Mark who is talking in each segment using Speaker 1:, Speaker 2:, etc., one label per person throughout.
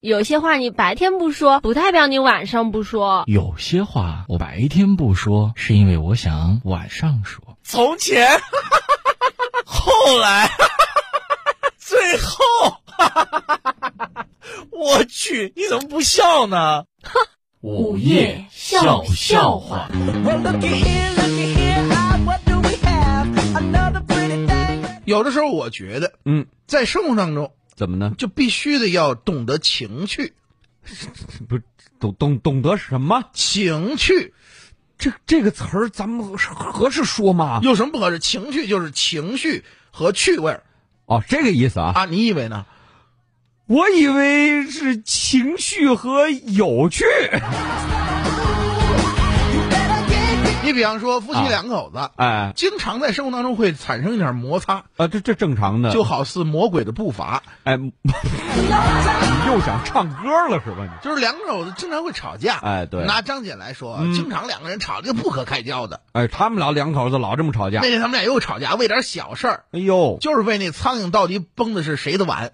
Speaker 1: 有些话你白天不说，不代表你晚上不说。
Speaker 2: 有些话我白天不说，是因为我想晚上说。
Speaker 3: 从前， 后来， 最后， 我去，你怎么不笑呢？
Speaker 1: 午夜笑笑话。
Speaker 4: Well, looky here, looky here, ah, what do we have? Another pretty thing.
Speaker 5: 有的时候我觉得，
Speaker 6: 嗯，
Speaker 5: 在生活当中
Speaker 6: 怎么呢？
Speaker 5: 就必须得要懂得情趣，
Speaker 6: 不懂懂懂得什么？
Speaker 5: 情趣
Speaker 6: 这这个词儿咱们合适说吗？
Speaker 5: 有什么不合适？情趣就是情绪和趣味儿
Speaker 6: 哦，这个意思啊。
Speaker 5: 啊！你以为呢？
Speaker 6: 我以为是情绪和有趣。
Speaker 5: 你比方说夫
Speaker 6: 啊
Speaker 5: 妻两口子，
Speaker 6: 哎
Speaker 5: 经常在生活当中会产生一点摩擦，
Speaker 6: 啊，这这正常的。
Speaker 5: 就好似魔鬼的步伐，
Speaker 6: 哎， 你又想唱歌了是吧？你
Speaker 5: 就是两口子经常会吵架。
Speaker 6: 哎对
Speaker 5: 拿张姐来说啊，
Speaker 6: 嗯
Speaker 5: 经常两个人吵得不可开交的。
Speaker 6: 哎，他们老两口子老这么吵架
Speaker 5: 那。天他们俩又吵架，为点小事儿，
Speaker 6: 哎呦，
Speaker 5: 就是为那苍蝇到底崩的是谁的碗，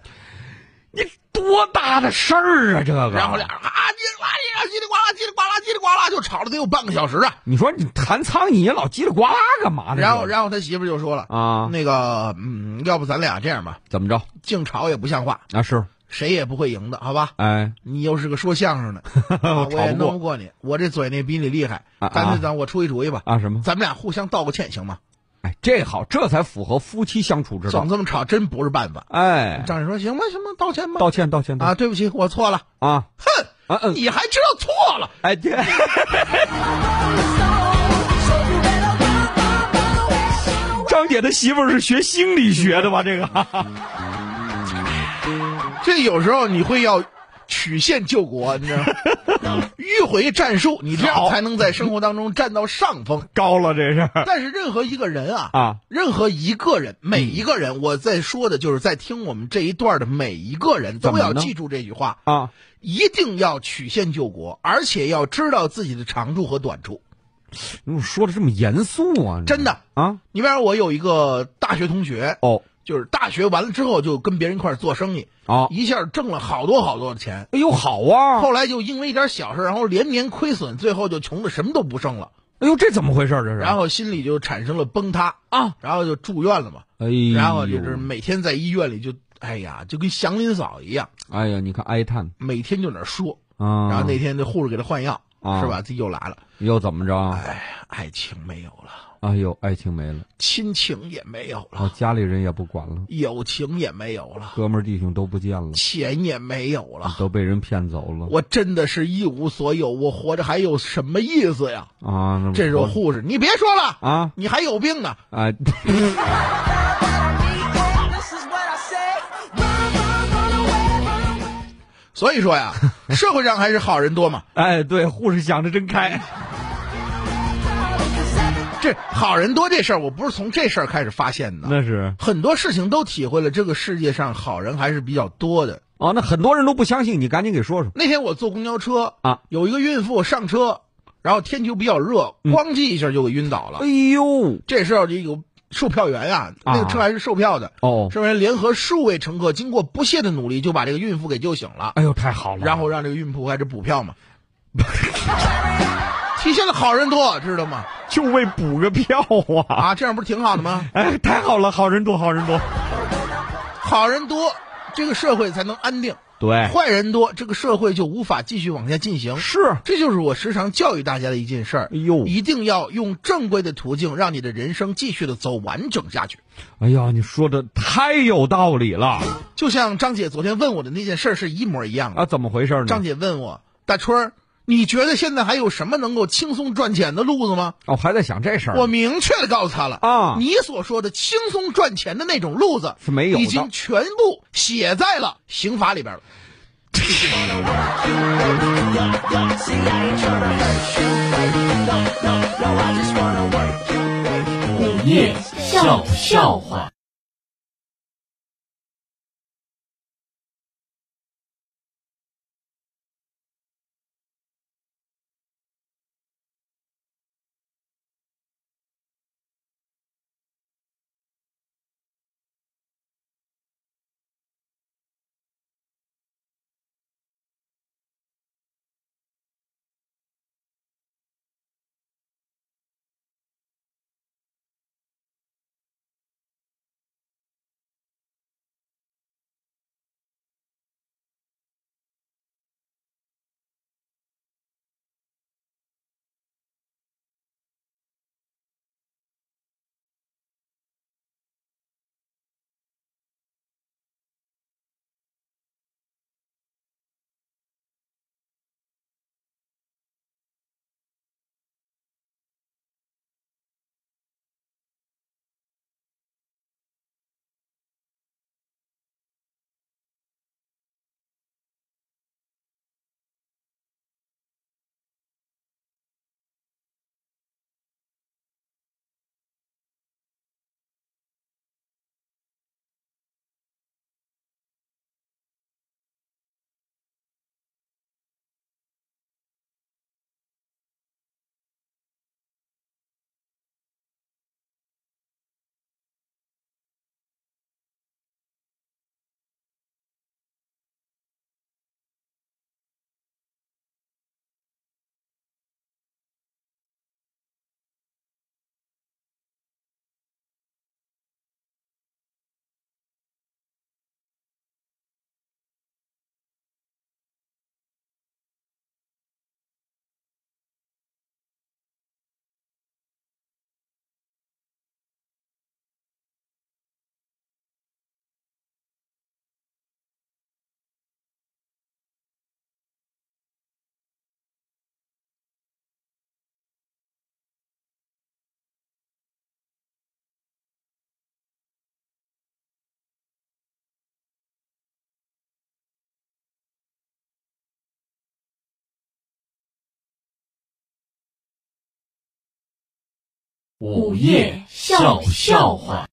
Speaker 6: 你多大的事儿啊这个？
Speaker 5: 然后俩人啊叽里呱啦叽里呱啦叽里呱啦叽里呱啦就吵了得有半个小时啊。
Speaker 6: 你说你弹苍蝇，你老哦叽里呱啦干嘛呢？
Speaker 5: 然后
Speaker 6: 这
Speaker 5: 然后他媳妇儿就说了
Speaker 6: 啊
Speaker 5: 那个嗯，要不咱俩这样吧，
Speaker 6: 怎么着？
Speaker 5: 净吵也不像话，
Speaker 6: 啊是，
Speaker 5: 谁也不会赢的，好吧？
Speaker 6: 哎，
Speaker 5: 你又是个说相 声的，啊
Speaker 6: 我
Speaker 5: 我也
Speaker 6: 吵
Speaker 5: 弄
Speaker 6: 不过
Speaker 5: 不过你，我这嘴那比你厉害。
Speaker 6: 啊
Speaker 5: 干脆
Speaker 6: 啊
Speaker 5: 咱我出去主意吧，
Speaker 6: 啊什么？
Speaker 5: 咱们俩互相道个歉行吗？
Speaker 6: 哎，这好，这才符合夫妻相处之道
Speaker 5: 总。这么吵真不是办法。
Speaker 6: 哎，
Speaker 5: 张姐说行吧行吧，道歉吧。
Speaker 6: 道歉道歉道
Speaker 5: 啊，
Speaker 6: 歉
Speaker 5: 对不起，我错了。
Speaker 6: 啊
Speaker 5: 哼，
Speaker 6: 啊嗯，
Speaker 5: 你还知道错了？
Speaker 6: 哎对。
Speaker 4: So you better run, run, run away, show.
Speaker 6: 张姐的媳妇儿是学心理学的吧？这个
Speaker 5: 这有时候你会要曲线救国，你知道吗？迂回战术，你这样
Speaker 6: 好
Speaker 5: 才能在生活当中占到上风。
Speaker 6: 高了，这是
Speaker 5: 但是任何一个人啊，
Speaker 6: 啊，
Speaker 5: 任何一个人，每一个人，我在说的就是在听我们这一段的每一个人都
Speaker 6: 怎么
Speaker 5: 要
Speaker 6: 呢
Speaker 5: 记住这句话，
Speaker 6: 啊，
Speaker 5: 一定要曲线救国，而且要知道自己的长处和短处。
Speaker 6: 你怎么说的这么严肃啊？你
Speaker 5: 真的，
Speaker 6: 啊？
Speaker 5: 你比方说我有一个大学同学，
Speaker 6: 哦
Speaker 5: 就是大学完了之后就跟别人一块儿做生意，
Speaker 6: 啊，
Speaker 5: 一下挣了好多好多的钱，
Speaker 6: 哎呦好啊，
Speaker 5: 后来就因为一点小事，然后连年亏损，最后就穷的什么都不剩了，
Speaker 6: 哎呦这怎么回事儿？这是
Speaker 5: 然后心里就产生了崩塌，
Speaker 6: 啊，
Speaker 5: 然后就住院了嘛，
Speaker 6: 哎呦，
Speaker 5: 然后就是每天在医院里就，哎呀，就跟祥林嫂一样，
Speaker 6: 哎呀，你看哀叹
Speaker 5: 每天就在那儿说，
Speaker 6: 啊，
Speaker 5: 然后那天这护士给他换药，
Speaker 6: 啊
Speaker 5: 是吧？自己又来了，
Speaker 6: 又怎么着？
Speaker 5: 哎呀，爱情没有了，
Speaker 6: 哎呦，爱情没了，
Speaker 5: 亲情也没有
Speaker 6: 然后
Speaker 5: 了，
Speaker 6: 家里人也不管了，
Speaker 5: 友情也没有了，
Speaker 6: 哥们儿弟兄都不见了，
Speaker 5: 钱也没有了。
Speaker 6: 都被人骗走了
Speaker 5: 啊我真的是一无所有，我活着还有什么意思呀？
Speaker 6: 啊！那不
Speaker 5: 这时候
Speaker 6: 说
Speaker 5: 护士，你别说了，
Speaker 6: 啊
Speaker 5: 你还有病呢。
Speaker 6: 啊，
Speaker 4: Yeah, this is what I say. Run, run, run away, run away.
Speaker 5: 所以说 呀，社会上还是好人多嘛。
Speaker 6: 哎，对，护士想的真开，
Speaker 5: 这好人多这事儿，我不是从这事儿开始发现的，
Speaker 6: 那是
Speaker 5: 很多事情都体会了这个世界上好人还是比较多的。
Speaker 6: 哦，那很多人都不相信，你赶紧给说说
Speaker 5: 那天我坐公交车
Speaker 6: 啊，
Speaker 5: 有一个孕妇上车，然后天气又比较热，咣叽一下就给晕倒了。
Speaker 6: 嗯哎呦，
Speaker 5: 这时候就有售票员啊，那个车还是售票的，
Speaker 6: 哦，
Speaker 5: 售票员联合数位乘客，经过不懈的努力，就把这个孕妇给救醒了，
Speaker 6: 哎呦，太好了。
Speaker 5: 然后让这个孕妇开始补票嘛。 体现了好人多，知道吗？
Speaker 6: 就为补个票啊！
Speaker 5: 啊，这样不是挺好的吗？
Speaker 6: 哎，太好了，好人多，好人多。
Speaker 5: 好人多，这个社会才能安定；
Speaker 6: 对，
Speaker 5: 坏人多，这个社会就无法继续往下进行。
Speaker 6: 哎是，
Speaker 5: 这就是我时常教育大家的一件事儿
Speaker 6: 哎。呦，
Speaker 5: 一定要用正规的途径，让你的人生继续的走完整下去。
Speaker 6: 哎呀，你说的太有道理了
Speaker 5: 就像张姐昨天问我的那件事儿是一模一样的。
Speaker 6: 啊！怎么回事呢？
Speaker 5: 张姐问我大春儿，你觉得现在还有什么能够轻松赚钱的路子吗？
Speaker 6: 哦，还在想这事儿呢。
Speaker 5: 我明确的告诉她了
Speaker 6: 啊
Speaker 5: 你所说的轻松赚钱的那种路子
Speaker 6: 是没有的
Speaker 5: 已经全部写在了刑法里边了。
Speaker 2: 午夜笑笑话。
Speaker 1: 午夜笑笑话。